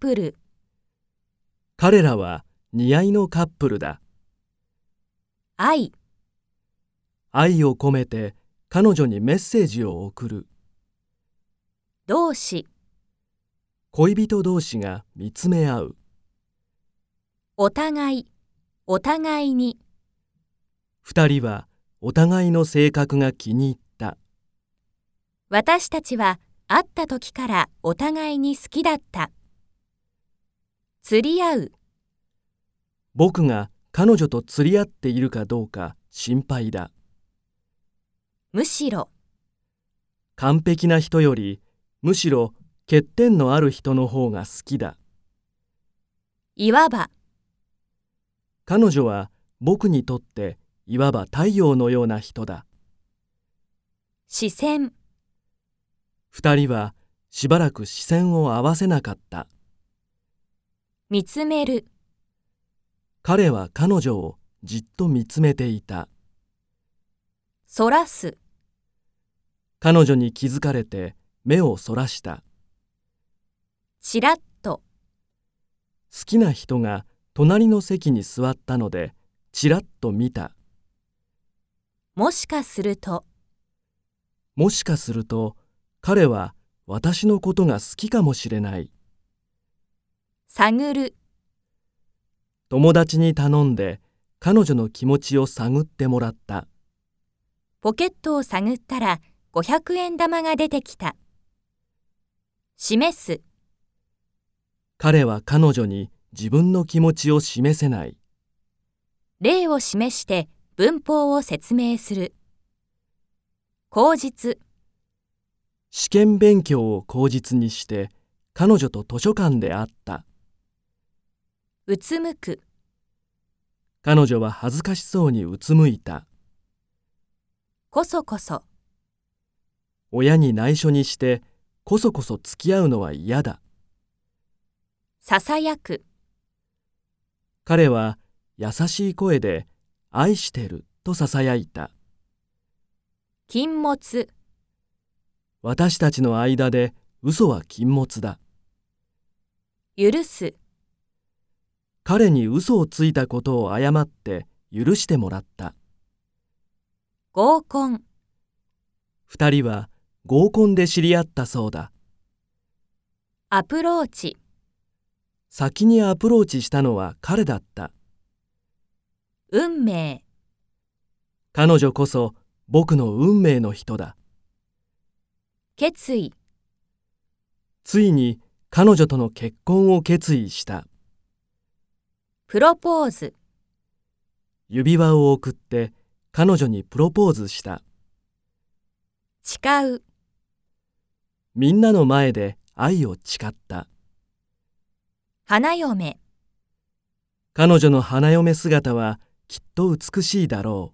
プル、彼らは似合いのカップルだ。愛、愛を込めて彼女にメッセージを送る。同士、恋人同士が見つめ合う。お互い、お互いに、二人はお互いの性格が気に入った。私たちは会った時からお互いに好きだった。釣り合う、僕が彼女と釣り合っているかどうか心配だ。むしろ、完璧な人よりむしろ欠点のある人の方が好きだ。いわば、彼女は僕にとっていわば太陽のような人だ。視線、二人はしばらく視線を合わせなかった。見つめる、彼は彼女をじっと見つめていた。そらす、彼女に気づかれて目をそらした。ちらっと、好きな人が隣の席に座ったので、ちらっと見た。もしかすると、もしかすると、彼は私のことが好きかもしれない。探る、友達に頼んで、彼女の気持ちを探ってもらった。ポケットを探ったら500円玉が出てきた。示す、彼は彼女に自分の気持ちを示せない。例を示して文法を説明する。口実、試験勉強を口実にして、彼女と図書館で会った。うつむく、彼女は恥ずかしそうにうつむいた。こそこそ、親に内緒にして、こそこそ付き合うのは嫌だ。ささやく、彼は優しい声で「愛してる」とささやいた禁物、私たちの間で嘘は禁物だ許す、彼に嘘をついたことを謝って許してもらった合コン、二人は合コンで知り合ったそうだアプローチ、先にアプローチしたのは彼だった運命、彼女こそ僕の運命の人だ決意、ついに彼女との結婚を決意したプロポーズ、指輪を送って彼女にプロポーズした誓う、みんなの前で愛を誓った花嫁。彼女の花嫁姿はきっと美しいだろう。